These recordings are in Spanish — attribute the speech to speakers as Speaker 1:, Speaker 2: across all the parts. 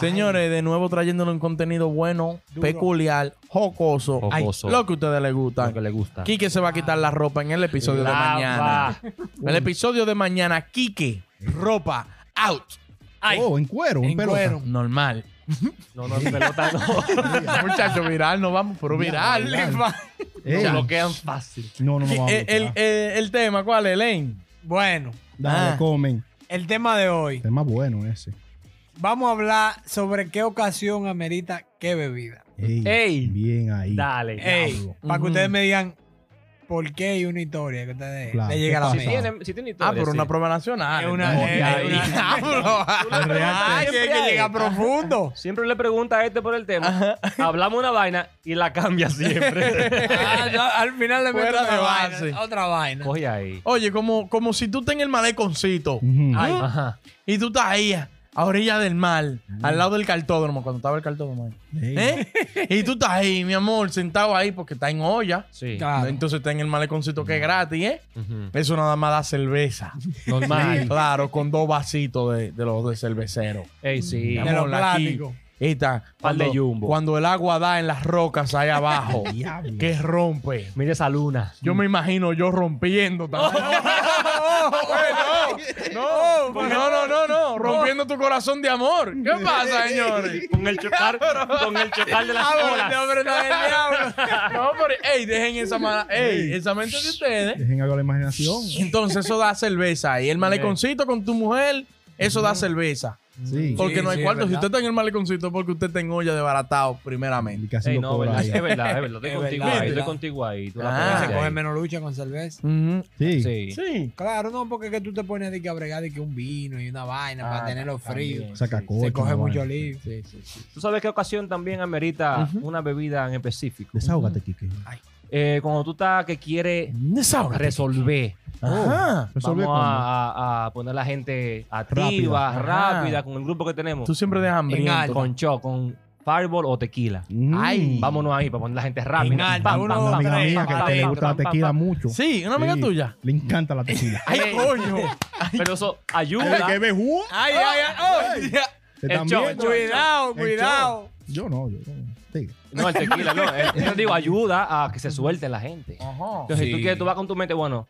Speaker 1: Señores, de nuevo trayéndole un contenido bueno, peculiar, jocoso,
Speaker 2: Jocoso.
Speaker 1: lo que a ustedes les gusta.
Speaker 2: Lo que les gusta.
Speaker 1: Quique se va a quitar la ropa en el episodio de
Speaker 3: Lava.
Speaker 1: mañana. En el episodio de mañana, Quique, ropa, out. Ay,
Speaker 4: Oh, en cuero, en,
Speaker 1: en
Speaker 4: pelota.
Speaker 1: cuero, normal.
Speaker 2: No, no, en pelota no.
Speaker 1: Muchacho, viral, no vamos, pero viral.
Speaker 4: viral. Ey,
Speaker 2: Se bloquean fácil.
Speaker 4: No, no, no. Vamos,
Speaker 1: Eh, el,
Speaker 4: ya.
Speaker 1: eh, el tema, ¿cuál es, Elaine?
Speaker 3: Bueno,
Speaker 4: Dale,
Speaker 1: ah.
Speaker 4: comen.
Speaker 3: el tema de hoy.
Speaker 4: Tema bueno ese.
Speaker 3: Vamos a hablar sobre qué ocasión amerita qué bebida.
Speaker 4: Ey,
Speaker 2: Ey.
Speaker 4: Bien ahí.
Speaker 2: Dale.
Speaker 3: Ey,
Speaker 4: Diablo.
Speaker 3: para que
Speaker 1: Ujú.
Speaker 3: ustedes me digan por qué hay una historia que ustedes
Speaker 4: Claro,
Speaker 3: le llega a la
Speaker 4: ¿qué
Speaker 2: Si
Speaker 4: pasó?
Speaker 3: mente.
Speaker 2: tiene, si tiene
Speaker 1: Ah,
Speaker 2: historia,
Speaker 1: pero
Speaker 2: sí.
Speaker 1: una prueba nacional.
Speaker 3: Es una-
Speaker 1: ¿no?
Speaker 3: es
Speaker 1: Ahí.
Speaker 3: una-
Speaker 1: Ah, bro.
Speaker 3: Ay,
Speaker 2: Siempre
Speaker 3: tiene que
Speaker 2: hay.
Speaker 3: llegar Ah, profundo.
Speaker 2: Siempre le pregunta a este por el tema. Hablamos una vaina y la cambia siempre.
Speaker 3: Ah, yo al final le meto
Speaker 1: Fuera
Speaker 3: otra
Speaker 1: de
Speaker 3: vaina.
Speaker 1: base.
Speaker 3: Otra vaina.
Speaker 2: Coge ahí.
Speaker 1: Oye, como, como si tú estás en el maleconcito
Speaker 4: Ujú.
Speaker 2: Ay, Ajá.
Speaker 1: y tú estás ahí, a orilla del mar, al lado del cartódromo, cuando estaba el cartódromo ahí.
Speaker 4: Ey.
Speaker 1: ¿Eh? y tú estás ahí, mi amor, sentado ahí porque está en olla.
Speaker 2: Sí.
Speaker 3: Claro.
Speaker 1: Entonces está en el maleconcito que es gratis, ¿eh?
Speaker 2: Ujú.
Speaker 1: Eso nada más da cerveza.
Speaker 2: Normal.
Speaker 1: Claro, con dos vasitos de, de los de cervecero.
Speaker 2: Ey, sí.
Speaker 3: De los plásticos.
Speaker 1: Ahí está.
Speaker 2: Par de jumbo.
Speaker 1: cuando el agua da en las rocas ahí abajo,
Speaker 4: Diablo.
Speaker 1: que rompe.
Speaker 2: Mira esa luna.
Speaker 1: Yo me imagino yo rompiendo también. no, no, no, no, no, rompiendo tu corazón de amor. ¿Qué pasa, señores? Ah,
Speaker 2: Con el chocar, con el chocar de las olas.
Speaker 1: No, pero, ey, dejen esa mala, ey, esa mente de ustedes.
Speaker 4: Dejen algo a la imaginación.
Speaker 1: Entonces eso da cerveza y el maleconcito con tu mujer, eso da cerveza.
Speaker 4: Sí.
Speaker 1: Porque
Speaker 3: Sí,
Speaker 1: no hay
Speaker 3: sí, es
Speaker 1: cuarto. Si
Speaker 3: verdad.
Speaker 1: usted está en el maleconcito es porque usted está en olla de baratado, primeramente.
Speaker 4: Y casi
Speaker 2: Ey,
Speaker 4: lo
Speaker 2: no,
Speaker 4: cobra
Speaker 2: verdad, es
Speaker 4: ahí.
Speaker 2: verdad, es verdad. Estoy
Speaker 3: Es
Speaker 2: contigo
Speaker 3: verdad,
Speaker 2: ahí,
Speaker 3: es
Speaker 2: estoy
Speaker 3: verdad.
Speaker 2: contigo ahí. Tú la
Speaker 1: Ah,
Speaker 2: pegaste
Speaker 3: Se coge
Speaker 2: ahí. Mm.
Speaker 3: menos lucha con cerveza.
Speaker 1: Ujú.
Speaker 4: Sí.
Speaker 2: Sí.
Speaker 1: Sí.
Speaker 3: Claro, no, porque es que tú te pones de que a bregar de que un vino y una vaina
Speaker 2: Ah,
Speaker 3: para tenerlo frío.
Speaker 4: Saca coche,
Speaker 3: Se coge
Speaker 4: una
Speaker 3: mucho
Speaker 4: vaina.
Speaker 3: lío.
Speaker 2: Tú sabes qué ocasión también amerita una bebida en específico.
Speaker 4: Desahógate, Kike.
Speaker 2: Eh, cuando tú estás que quieres
Speaker 1: Desahógate.
Speaker 2: resolver.
Speaker 1: Ajá.
Speaker 4: Resolve
Speaker 2: Vamos
Speaker 4: cómo.
Speaker 2: a, a- a poner a la gente activa,
Speaker 1: Rápida.
Speaker 2: rápida,
Speaker 1: Ajá.
Speaker 2: con el grupo que tenemos.
Speaker 1: Tú siempre dejas hambriento.
Speaker 2: Con show, con fireball o tequila.
Speaker 4: Mm.
Speaker 2: Ay, vámonos ahí para poner a la gente
Speaker 3: En
Speaker 2: rápida.
Speaker 3: alta,
Speaker 2: Pam,
Speaker 3: uno,
Speaker 2: pam,
Speaker 4: Una
Speaker 2: pam,
Speaker 4: amiga
Speaker 2: pam,
Speaker 4: mía
Speaker 2: pam,
Speaker 4: que
Speaker 2: pam,
Speaker 4: te
Speaker 2: pam,
Speaker 4: gusta la
Speaker 2: pam, pam,
Speaker 4: tequila
Speaker 2: pam.
Speaker 4: mucho.
Speaker 1: Sí, una amiga
Speaker 4: Sí.
Speaker 1: tuya.
Speaker 4: Le encanta la tequila.
Speaker 1: ¡Ay,
Speaker 2: Ey.
Speaker 1: coño!
Speaker 2: Pero eso
Speaker 4: Ay,
Speaker 2: ayuda.
Speaker 4: que ve, ju.
Speaker 3: Ay, ay, ay.
Speaker 1: Ay, ya.
Speaker 4: Te
Speaker 2: El
Speaker 4: están
Speaker 2: show,
Speaker 4: viendo.
Speaker 2: el
Speaker 3: cuidado,
Speaker 4: show.
Speaker 3: cuidado.
Speaker 4: Yo no, yo no. Sí.
Speaker 2: No, el tequila, no. El- yo digo, ayuda a que se suelte la gente. Entonces, si tú
Speaker 3: Sí.
Speaker 2: quieres, tú vas con tu mente, bueno,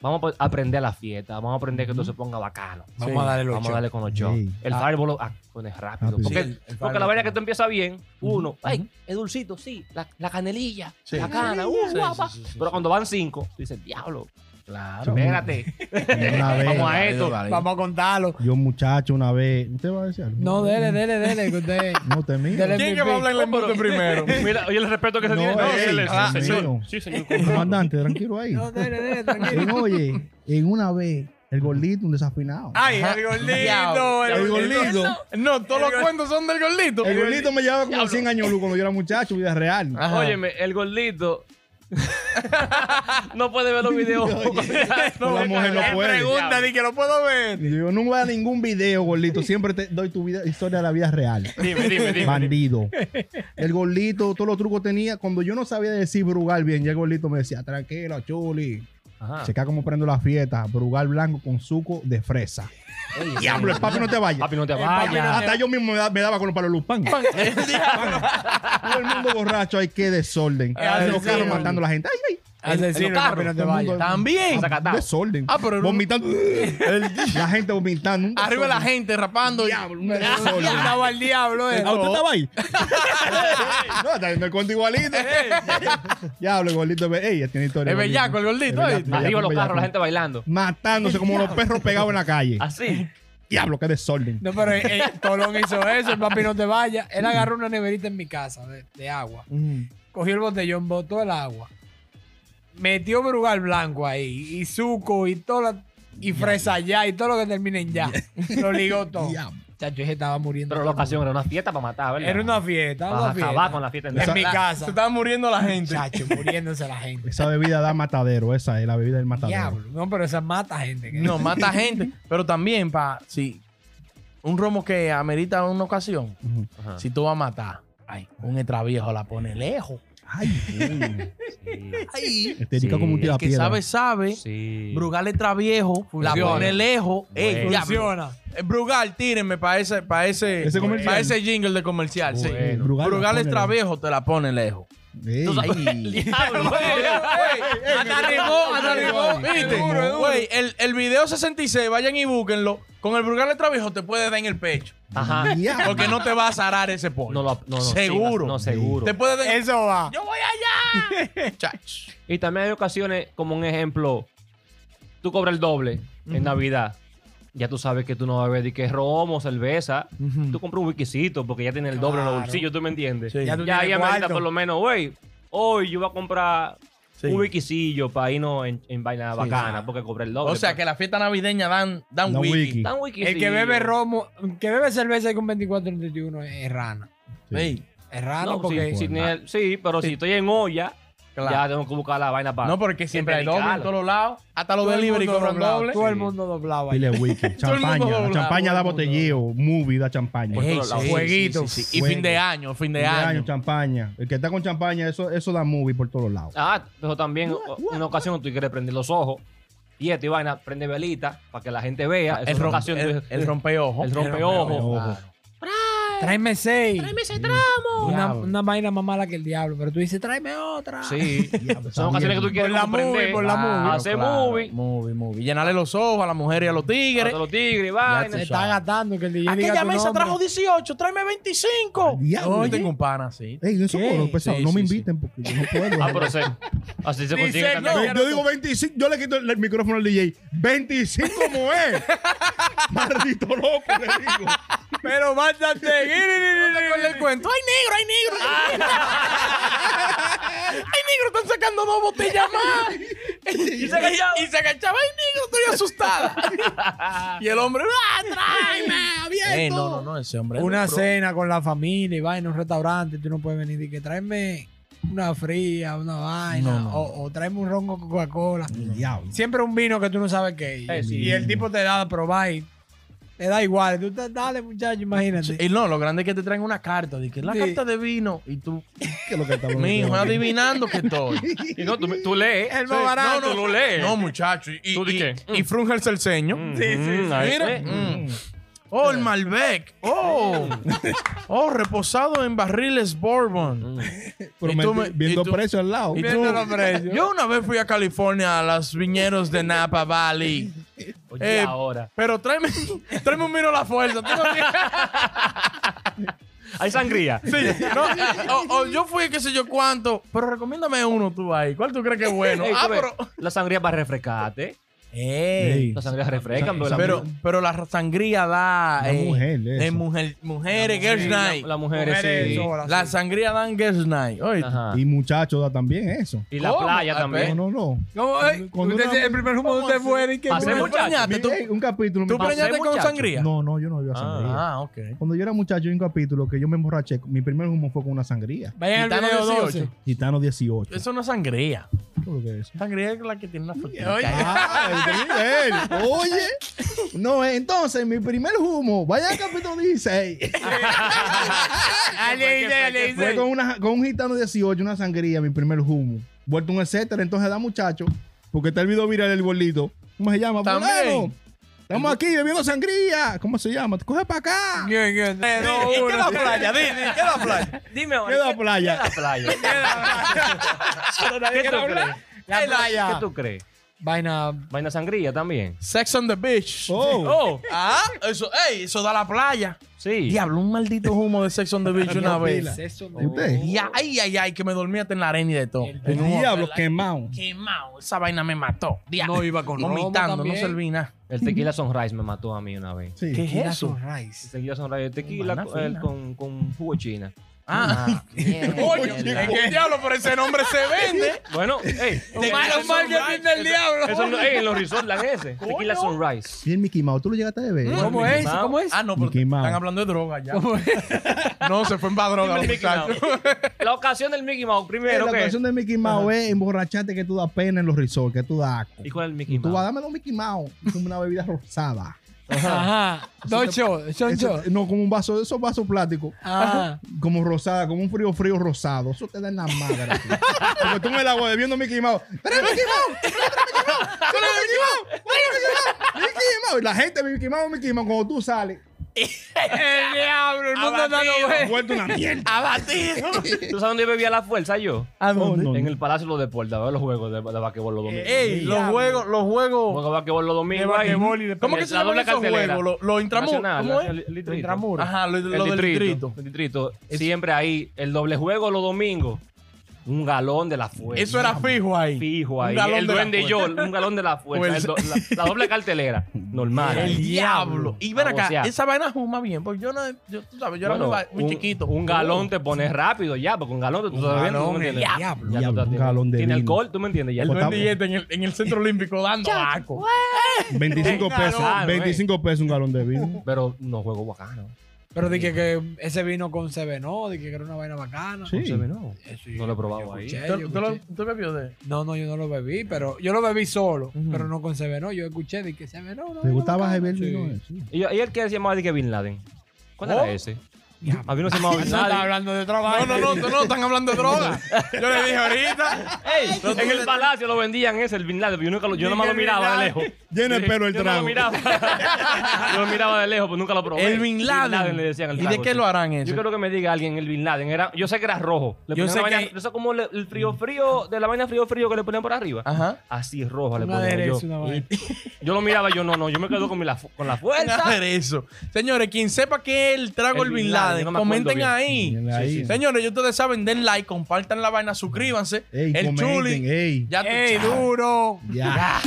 Speaker 2: vamos a aprender la fiesta, vamos a aprender que esto se ponga bacano.
Speaker 3: Vamos a darle los
Speaker 2: Vamos a
Speaker 3: shots.
Speaker 2: darle con los shots.
Speaker 4: Sí.
Speaker 2: El fireball lo ah, pones rápido.
Speaker 4: Rápido.
Speaker 2: Porque,
Speaker 3: Sí, el- el
Speaker 2: porque la
Speaker 3: fireball.
Speaker 2: vaina que tú empiezas bien, uno, ay, es dulcito, sí, la, la canelilla,
Speaker 1: Sí.
Speaker 2: la cana, uh,
Speaker 1: Sí,
Speaker 2: guapa.
Speaker 1: sí, sí, sí,
Speaker 2: Pero
Speaker 1: sí.
Speaker 2: cuando van cinco, tú dices, diablo,
Speaker 1: Claro.
Speaker 2: espérate,
Speaker 4: Una vez.
Speaker 2: vamos a esto.
Speaker 3: Vamos a contarlo.
Speaker 4: Yo, muchacho, una vez. ¿Usted va a decir algo?
Speaker 3: No, dele, dele, dele, que usted.
Speaker 4: No te miro.
Speaker 3: Dele-
Speaker 1: ¿Quién que va a hablar en el embute primero?
Speaker 2: Mira, oye el respeto que se
Speaker 4: No,
Speaker 2: tiene.
Speaker 4: ey,
Speaker 2: sí, le-
Speaker 4: ah, mío.
Speaker 2: sí, señor.
Speaker 4: Comandante, tranquilo ahí.
Speaker 3: No, dele, dele, tranquilo.
Speaker 4: En, oye, en una vez, el gordito, un desafinado.
Speaker 3: Ay, el gordito,
Speaker 4: el gordito.
Speaker 1: No, todos los cuentos son del gordito.
Speaker 4: El gordito me llevaba como 100 años luz cuando yo era muchacho, vida real.
Speaker 1: Ajá.
Speaker 2: Óyeme, el gordito no puede ver los videos.
Speaker 4: la mujer no
Speaker 2: Él
Speaker 4: puede.
Speaker 2: Pregunta,
Speaker 3: ni que lo puedo ver.
Speaker 4: Y Yo no voy a ningún video, gordito. Siempre te doy tu vida, historia de la vida real.
Speaker 2: dime, dime, dime.
Speaker 4: Bandido. El gordito, todos los trucos tenía. Cuando yo no sabía decir brugal bien, ya el gordito me decía, tranquilo, chuli.
Speaker 2: Ajá.
Speaker 4: Checa cómo prendo la fiesta. Brugal blanco con suco de fresa.
Speaker 2: Ey,
Speaker 4: Diablo, el papi no te vaya.
Speaker 2: Papi, no te
Speaker 4: Papi,
Speaker 2: vayas.
Speaker 4: Hasta yo mismo me, da- me daba con los palos luz. pan. Todo el mundo borracho, hay que desorden.
Speaker 1: Ay,
Speaker 4: En los
Speaker 1: sí,
Speaker 4: carros
Speaker 1: oye.
Speaker 4: matando a la gente. Ay, ay.
Speaker 3: Asesino,
Speaker 2: En los carros.
Speaker 3: papi, no te
Speaker 4: Todo el
Speaker 3: vayas.
Speaker 4: mundo-
Speaker 1: También.
Speaker 2: Desacatado.
Speaker 4: Desorden.
Speaker 1: Ah, pero-
Speaker 4: vomitando. la gente vomitando. un
Speaker 1: Arriba
Speaker 4: desorden.
Speaker 1: la gente rapando.
Speaker 4: Diablo, un
Speaker 3: Ya
Speaker 4: desorden.
Speaker 3: Andaba al diablo, eh.
Speaker 4: Ah, ¿usted estaba ahí? no, está viendo el cuento igualito. Diablo, el gordito. ve- Ey, ya tiene
Speaker 1: Es
Speaker 4: historia. el gordito.
Speaker 1: bellaco el gordito.
Speaker 4: Es
Speaker 1: ¿eh?
Speaker 4: bellaco.
Speaker 2: Arriba los
Speaker 4: Bellaco,
Speaker 2: carros, la
Speaker 4: bellaco.
Speaker 2: gente bailando.
Speaker 4: Matándose como los perros pegados en la calle.
Speaker 1: Ah.
Speaker 2: Así.
Speaker 4: Diablo, qué desorden.
Speaker 3: No, pero eh, eh, Tolón hizo eso, el papi no te vaya. Él agarró una neverita en mi casa de, de agua.
Speaker 1: Mm.
Speaker 3: Cogió el botellón, botó el agua. Metió brugal blanco ahí, y suco, y todo, y fresa ya, y todo lo que termine en ya. Lo ligó todo.
Speaker 4: Diablo.
Speaker 3: Chacho, ese estaba muriendo.
Speaker 2: Pero la ocasión era una fiesta para matar, ¿verdad?
Speaker 3: Era una fiesta.
Speaker 2: para
Speaker 3: una
Speaker 2: acabar
Speaker 3: fiesta.
Speaker 2: con la fiesta
Speaker 3: En
Speaker 2: entera.
Speaker 3: mi
Speaker 1: La-
Speaker 3: casa.
Speaker 1: Se estaba muriendo la gente.
Speaker 3: Chacho, muriéndose la gente.
Speaker 4: Esa bebida da matadero, esa es la bebida del matadero.
Speaker 3: Diablo. No, pero esa mata gente. que-
Speaker 1: No, mata gente. Pero también, pa, si un romo que amerita una ocasión,
Speaker 4: Ujú.
Speaker 2: Ajá.
Speaker 1: si tú vas a matar, ay, un extraviejo la pone lejos.
Speaker 4: Ay, uy.
Speaker 2: Sí.
Speaker 1: Ay,
Speaker 2: Sí,
Speaker 4: Esterica Este como un
Speaker 2: el
Speaker 1: el que
Speaker 4: tirapiedra.
Speaker 1: sabe, sabe.
Speaker 2: Sí.
Speaker 1: Brugal extraviejo, la
Speaker 2: Funciona.
Speaker 1: pone lejos. Ey,
Speaker 2: Bueno.
Speaker 1: diablo.
Speaker 3: Funciona.
Speaker 1: Eh, Brugal, tírenme para ese, para ese,
Speaker 4: Ese comercial.
Speaker 1: pa' ese jingle de comercial. sí.
Speaker 2: Bueno.
Speaker 4: Brugal,
Speaker 1: Brugal
Speaker 4: ponele.
Speaker 1: extraviejo te la pone lejos.
Speaker 4: Ey.
Speaker 1: Hasta arribó, hasta arribó. ¿Viste?
Speaker 4: Duro, duro.
Speaker 1: Güey, el, el video 66, vayan y búsquenlo. Con el Brugal extraviejo te puede dar en el pecho.
Speaker 2: Ajá.
Speaker 4: Diablo.
Speaker 1: Porque no te va a zarar ese pollo.
Speaker 2: No, lo- no, no, sí,
Speaker 1: Seguro.
Speaker 2: no, seguro.
Speaker 1: Te puede dar.
Speaker 3: Eso va.
Speaker 1: Yo voy allá. Chach.
Speaker 2: Y también hay ocasiones, como un ejemplo, tú cobras el doble en Navidad. Ya tú sabes que tú no vas a beber de que romo, cerveza. Tú compras un wikisito porque ya tienes el doble en
Speaker 3: Claro.
Speaker 2: los bolsillos, ¿tú me entiendes?
Speaker 1: Sí.
Speaker 2: Ya,
Speaker 3: Ya tú
Speaker 2: ya,
Speaker 3: tienes
Speaker 2: amerita
Speaker 3: cuarto.
Speaker 2: por lo menos, güey, hoy yo voy a comprar
Speaker 1: Sí.
Speaker 2: un wikisillo para irnos en, en vaina bacana porque cobré el doble.
Speaker 1: O sea que la fiesta navideña dan, dan
Speaker 4: Dan
Speaker 1: wiki.
Speaker 4: wiki.
Speaker 2: Dan wiki
Speaker 3: El que bebe romo, el que bebe cerveza con 24-31 es rana.
Speaker 4: Sí.
Speaker 1: Ey,
Speaker 3: Es raro
Speaker 2: No,
Speaker 3: ah, porque.
Speaker 2: sí, sí,
Speaker 4: Bueno.
Speaker 2: ni- sí, pero si estoy en olla,
Speaker 1: claro.
Speaker 2: ya tengo que buscar la vaina para.
Speaker 1: no, porque siempre hay doble en todos los lados. Hasta los
Speaker 3: todo el
Speaker 1: delivery
Speaker 3: mundo
Speaker 1: cobran
Speaker 3: doblado,
Speaker 1: doble.
Speaker 3: Todo el
Speaker 2: Sí.
Speaker 3: mundo doblado ahí.
Speaker 4: Dile wiki. Champaña.
Speaker 1: doblado,
Speaker 4: La champaña
Speaker 1: todo
Speaker 4: da
Speaker 1: el mundo
Speaker 4: botelleo. Movie da champaña.
Speaker 2: Ey,
Speaker 4: Fin
Speaker 2: todos lados.
Speaker 1: jueguitos.
Speaker 3: Sí, sí,
Speaker 1: Y
Speaker 4: Juegos.
Speaker 1: fin de año, fin de,
Speaker 4: de
Speaker 1: año.
Speaker 4: año, champaña. El que está con champaña, eso, eso da movie por todos lados.
Speaker 2: Ah, pero también o- una ocasión tú quieres prender los ojos. Y esto, y vaina, prende velita para que la gente vea. Es
Speaker 1: el,
Speaker 2: una
Speaker 1: Ah, rom-
Speaker 2: ocasión.
Speaker 1: el-
Speaker 2: tú-
Speaker 1: el rompeojo.
Speaker 2: el rompeojo.
Speaker 4: Ojo.
Speaker 3: Tráeme seis. Tráeme ese tramo. Una, una vaina más mala que el diablo. Pero tú dices, tráeme otra.
Speaker 2: Sí. Son ocasiones que tú quieres
Speaker 3: Por la
Speaker 2: como prender,
Speaker 3: movie, por la
Speaker 2: ah,
Speaker 3: movie.
Speaker 2: Hacer movie.
Speaker 1: Movie, movie. Llenarle los ojos a las mujeres y a los
Speaker 2: a
Speaker 1: tigres.
Speaker 2: todos los tigres, vaina. Ah,
Speaker 3: Se está gastando que el DJ diga
Speaker 1: Aquella
Speaker 3: tu
Speaker 1: mesa
Speaker 3: nombre.
Speaker 1: trajo 18, tráeme 25.
Speaker 4: Diablo,
Speaker 1: Yo
Speaker 4: oye.
Speaker 1: tengo un pana así.
Speaker 4: Ey, eso
Speaker 3: ¿Qué?
Speaker 4: cobro pesado.
Speaker 1: Sí,
Speaker 4: no me
Speaker 1: sí, sí.
Speaker 4: inviten porque yo no puedo.
Speaker 2: Ah, pero se, así se consigue
Speaker 1: Dice
Speaker 2: también.
Speaker 1: no.
Speaker 4: Yo, yo digo 25, yo le quito el, el micrófono al DJ. 25 como es. Maldito loco, le digo.
Speaker 3: Pero bástate.
Speaker 1: Con el cuento. ¡Ay, negro, ay, negro! ¡Ay, Ah. negro! Están sacando dos botellas más. y, se agachaba, y se agachaba, ¡ay, negro! Estoy asustada. y el hombre, ¡ah, tráeme!
Speaker 3: Ah,
Speaker 1: ¡Abierto!
Speaker 2: Eh,
Speaker 3: Ey,
Speaker 1: Eh, no, no, no, ese hombre.
Speaker 3: Una cena con la familia y va en un restaurante. Tú no puedes venir y que tráeme una fría, una vaina.
Speaker 1: No, no.
Speaker 3: O, o tráeme un ronco con Coca-Cola.
Speaker 4: Diablo.
Speaker 3: Siempre un vino que tú no sabes qué es.
Speaker 2: Eh, sí.
Speaker 3: Y el tipo te da a probar y te da igual. Tú te- dale, muchacho, imagínate.
Speaker 1: Y no, lo grande es que te traen una carta. De que la
Speaker 3: Sí.
Speaker 1: carta de vino. Y tú,
Speaker 4: ¿Qué es lo que está
Speaker 1: mi hijo, adivinando que estoy.
Speaker 2: Y no, tú, tú lees.
Speaker 3: El más
Speaker 2: Sí. No,
Speaker 3: barato.
Speaker 2: no, tú lo lees.
Speaker 1: No, muchacho. Y, y,
Speaker 2: ¿Tú di qué?
Speaker 1: y- y frunge el cerceño.
Speaker 2: sí,
Speaker 1: Mira. Mm. Oh, el Malbec. Oh. Oh, reposado en barriles
Speaker 2: Mm.
Speaker 1: Bourbon.
Speaker 4: Pero
Speaker 1: Y
Speaker 4: me-
Speaker 1: tú me-
Speaker 4: viendo
Speaker 1: y tú-
Speaker 4: precio al lado.
Speaker 1: Y tú-
Speaker 3: Viendo los precios.
Speaker 1: yo una vez fui a California a los viñeros de Napa Valley.
Speaker 2: Oye,
Speaker 1: Eh,
Speaker 2: ahora.
Speaker 1: Pero tráeme, tráeme un vino a la fuerza. tú no tienes-
Speaker 2: Hay sangría.
Speaker 1: Sí, no, o, o yo fui qué sé yo cuánto. Pero recomiéndame uno tú ahí. ¿Cuál tú crees que es bueno?
Speaker 2: Ey, tú
Speaker 1: Ah,
Speaker 2: ves,
Speaker 1: pero...
Speaker 2: La sangría para refrescarte.
Speaker 1: Ey.
Speaker 2: La sangría refrescan, pero, la
Speaker 1: Pero,
Speaker 2: mu-
Speaker 1: pero la sangría da...
Speaker 4: La
Speaker 1: eh,
Speaker 4: mujer,
Speaker 1: de
Speaker 4: eso.
Speaker 1: mujer- mujeres, girls
Speaker 2: la-
Speaker 1: night.
Speaker 2: las mujeres
Speaker 3: Mujeres
Speaker 2: sí.
Speaker 3: solas.
Speaker 1: La sangría dan girls night. Oye,
Speaker 2: Ajá.
Speaker 4: Y muchachos da también eso.
Speaker 2: Y la
Speaker 1: ¿Cómo? Ah,
Speaker 2: playa
Speaker 1: A
Speaker 4: No,
Speaker 2: también.
Speaker 4: no, no.
Speaker 3: ¿Cómo, eh?
Speaker 4: Cuando
Speaker 3: Usted
Speaker 4: una-
Speaker 3: se- el primer humo de usted fue y que
Speaker 2: Hace
Speaker 1: ¿Tú
Speaker 2: mucho-
Speaker 1: preñaste? Ah, ¿Tú,
Speaker 4: Ey, un capítulo.
Speaker 1: tú
Speaker 4: me-
Speaker 1: preñaste con
Speaker 2: muchacho?
Speaker 1: sangría?
Speaker 4: No, no, yo no iba a sangría.
Speaker 1: Ah, ok.
Speaker 4: Cuando yo era muchacho, hay un capítulo que yo me emborraché. Mi primer humo fue con una sangría.
Speaker 3: Vayan al
Speaker 1: Gitano
Speaker 3: video
Speaker 1: 18.
Speaker 3: 12.
Speaker 4: Gitano 18.
Speaker 1: Eso no es sangría.
Speaker 4: ¿Qué es lo que es?
Speaker 1: Sangría es la que tiene una frutita.
Speaker 4: Ay, de nivel. Oye, no, eh, entonces mi primer humo, vaya al capítulo 16.
Speaker 3: Ale, ale, ale,
Speaker 4: Fue con, una, con un gitano 18, una sangría, mi primer humo. Vuelto un etcétera, entonces da muchacho, porque está el video viral el bolito. ¿Cómo se llama?
Speaker 1: También.
Speaker 4: Fulano, Estamos aquí bebiendo sangría. ¿Cómo se llama? Coge para acá.
Speaker 3: Bien, bien.
Speaker 1: ¿Y qué es la playa? Dime, ¿y pues, ¿qué es la playa?
Speaker 2: Dime ahora.
Speaker 4: Queda playa.
Speaker 2: La playa. ¿Qué tú crees?
Speaker 3: La playa.
Speaker 2: ¿Qué tú crees?
Speaker 3: Vaina.
Speaker 2: Vaina sangría también.
Speaker 1: Sex on the beach.
Speaker 4: Oh,
Speaker 2: Oh,
Speaker 1: Ah, eso, ey, eso da la playa.
Speaker 2: sí.
Speaker 1: Diablo, un maldito humo de Sex on the Beach una vez.
Speaker 3: Eso no.
Speaker 4: ¿Usted?
Speaker 1: Y ay, ay, ay, que me dormía hasta en la arena y de todo.
Speaker 4: el diablo quemado.
Speaker 1: Quemado, esa vaina me mató. Diablo.
Speaker 3: No iba con romo
Speaker 1: Vomitando, no
Speaker 3: también.
Speaker 1: serví nada.
Speaker 2: El tequila sunrise me mató a mí una vez.
Speaker 4: Sí.
Speaker 1: ¿Qué es
Speaker 3: Tequila
Speaker 1: eso?
Speaker 3: Sunrise.
Speaker 2: El tequila sunrise. El tequila
Speaker 1: Humana
Speaker 2: con- el
Speaker 1: fina.
Speaker 2: con, con jugo de china.
Speaker 5: Ah,
Speaker 1: Coño, un diablo, pero ese nombre se vende.
Speaker 2: Bueno, ey,
Speaker 1: Un
Speaker 3: Malo marketing
Speaker 1: sunrise.
Speaker 3: del diablo.
Speaker 2: eso no- ey, en los resorts dan ese. Tequila Sunrise.
Speaker 4: Bien, Mickey Mouse, tú lo llegaste a ver.
Speaker 3: ¿Cómo es?
Speaker 2: Mouse.
Speaker 3: ¿Cómo es?
Speaker 5: ah, no, pero
Speaker 4: Mickey Mouse.
Speaker 5: están hablando de droga ya.
Speaker 3: ¿Cómo es?
Speaker 1: No, se fue en padroga.
Speaker 2: Dime el Mickey
Speaker 1: muchacho.
Speaker 2: Mouse. La ocasión del Mickey Mouse,
Speaker 4: Eh,
Speaker 2: primero
Speaker 4: la
Speaker 2: que.
Speaker 4: canción de Mickey Mouse es emborracharte que tú da pena en los resorts, que tú da asco.
Speaker 2: ¿Y cuál es el Mickey
Speaker 4: Tú vas,
Speaker 2: Mouse?
Speaker 4: dame los Mickey Mouse como una bebida rosada.
Speaker 3: Ajá. Dos shows, son
Speaker 4: Eso-
Speaker 3: shows.
Speaker 4: no, como un vaso, esos vasos plásticos.
Speaker 3: Ajá.
Speaker 4: Como rosada, como un frío frío rosado. Eso te da en la madre. a ti. Porque tú en el agua bebiendo Mickey Mouse. ¡Pero es Mickey Mouse! ¡Pero es Mickey Mouse! ¡Pero es Mickey Mouse! ¡Mickey Mouse! Y la gente, Mickey Mouse, Mickey Mouse, cuando tú sales,
Speaker 3: El diablo, el mundo no lo
Speaker 4: has
Speaker 3: ve.
Speaker 4: vuelto una mierda.
Speaker 1: Abatido.
Speaker 2: ¿Tú sabes dónde yo bebía la fuerza yo?
Speaker 3: ¿A
Speaker 4: dónde?
Speaker 2: En el Palacio de los Deportes, a ver los juegos de, de basquetbol los domingos.
Speaker 1: Ey, los juegos, los juegos.
Speaker 2: Juego de basquetbol los domingos.
Speaker 1: Eh, de
Speaker 2: ahí.
Speaker 1: basquetbol y de- ¿Cómo que se
Speaker 2: La
Speaker 1: llaman
Speaker 2: doble
Speaker 1: esos
Speaker 2: cartelera.
Speaker 1: juegos? Lo, lo intramur-
Speaker 2: Nacional,
Speaker 1: ¿Cómo
Speaker 2: el-
Speaker 1: es?
Speaker 2: el distrito. Ah,
Speaker 1: Ajá, lo, lo
Speaker 2: el
Speaker 1: del distrito.
Speaker 2: distrito. El distrito. Siempre ahí. El doble juego los domingos. Un galón de la fuerza.
Speaker 1: Eso era fijo ahí.
Speaker 2: Pues, fijo
Speaker 1: Un
Speaker 2: ahí.
Speaker 1: galón
Speaker 2: El
Speaker 1: de la
Speaker 2: duende y yo,
Speaker 1: fuerza. Pues
Speaker 2: un galón de la fuerza. El do- la, la doble cartelera. Normal.
Speaker 1: El
Speaker 2: ahí.
Speaker 1: diablo. Y ven
Speaker 2: A
Speaker 1: acá,
Speaker 2: vocear.
Speaker 1: esa vaina juma bien, porque yo no, yo, tú sabes, yo
Speaker 2: Bueno,
Speaker 1: era muy, muy
Speaker 2: un-
Speaker 1: chiquito. Uh.
Speaker 2: Un galón te pones rápido ya, porque un galón te- tú estás bebiendo, tú
Speaker 3: galón,
Speaker 2: me
Speaker 3: el
Speaker 2: entiendes.
Speaker 3: Ah, diablo.
Speaker 2: Ya tú
Speaker 4: Diablo,
Speaker 2: estás-
Speaker 4: un galón de
Speaker 2: Tiene
Speaker 4: vino.
Speaker 2: alcohol, tú me entiendes. Ya
Speaker 4: El
Speaker 2: tú-
Speaker 4: botamos.
Speaker 1: Duende Yeti en el, en el centro olímpico dando aco.
Speaker 4: 25 pesos.
Speaker 2: Claro,
Speaker 4: 25 pesos un galón de vino.
Speaker 2: Pero no juego bacano.
Speaker 3: Pero dije que ese vino con CB no, dije que era una vaina bacana.
Speaker 4: Sí.
Speaker 2: No se ve, no.
Speaker 3: Eh, sí,
Speaker 2: No lo he probado
Speaker 3: yo
Speaker 2: ahí.
Speaker 3: escuché, yo
Speaker 1: ¿Tú, tú lo-
Speaker 3: escuché.
Speaker 1: tú bebió de él?
Speaker 3: No, no, yo no lo bebí, pero yo lo bebí solo, pero no con CB no. Yo escuché de que CB no.
Speaker 4: ¿Te gustaba beber
Speaker 3: beber
Speaker 4: vino? eso?
Speaker 2: Y, y el que se llamaba de que Bin Laden. ¿Cuál
Speaker 1: Oh.
Speaker 2: era ese? Había uno que se llamaba Bin Laden.
Speaker 3: hablando de trabajo.
Speaker 1: No, no, no, no, no, están hablando de droga. Yo le dije ahorita.
Speaker 2: Ey, en el palacio lo vendían ese, el Bin Laden. pero Yo, nunca lo, yo nomás lo miraba de lejos.
Speaker 4: Llena el pelo el
Speaker 2: Yo no lo
Speaker 4: trago.
Speaker 2: miraba. yo lo miraba de lejos, pero nunca lo probé.
Speaker 1: El Bin Laden.
Speaker 2: le decían el
Speaker 1: ¿Y de
Speaker 2: trago
Speaker 1: qué
Speaker 2: ese.
Speaker 1: lo harán ese?
Speaker 2: Yo creo que me diga alguien el Bin Laden. Era, yo sé que era rojo. Le
Speaker 1: Yo
Speaker 2: ponían
Speaker 1: sé
Speaker 2: una
Speaker 1: que-
Speaker 2: vaina, Eso como le- el frío frío, de la vaina frío frío que le ponían por arriba.
Speaker 1: Ajá.
Speaker 2: Así rojo le
Speaker 3: Una
Speaker 2: ponían yo.
Speaker 3: derecha, una vaina.
Speaker 2: Yo lo miraba, yo no, no, yo me quedo con, mi la, fu- con la fuerza.
Speaker 1: Hacer eso. Señores, quien sepa que él trago el Bin Laden,
Speaker 2: yo no me acuerdo
Speaker 1: comenten
Speaker 2: bien.
Speaker 1: ahí.
Speaker 4: Bien ahí.
Speaker 1: Señores, ya ustedes saben, den like, compartan la vaina, suscríbanse.
Speaker 4: Ey,
Speaker 1: el
Speaker 4: comenten,
Speaker 1: chuli.
Speaker 4: ey.
Speaker 1: Ya tú
Speaker 3: ¡Ey,
Speaker 1: sabes.
Speaker 3: duro!
Speaker 4: Ya.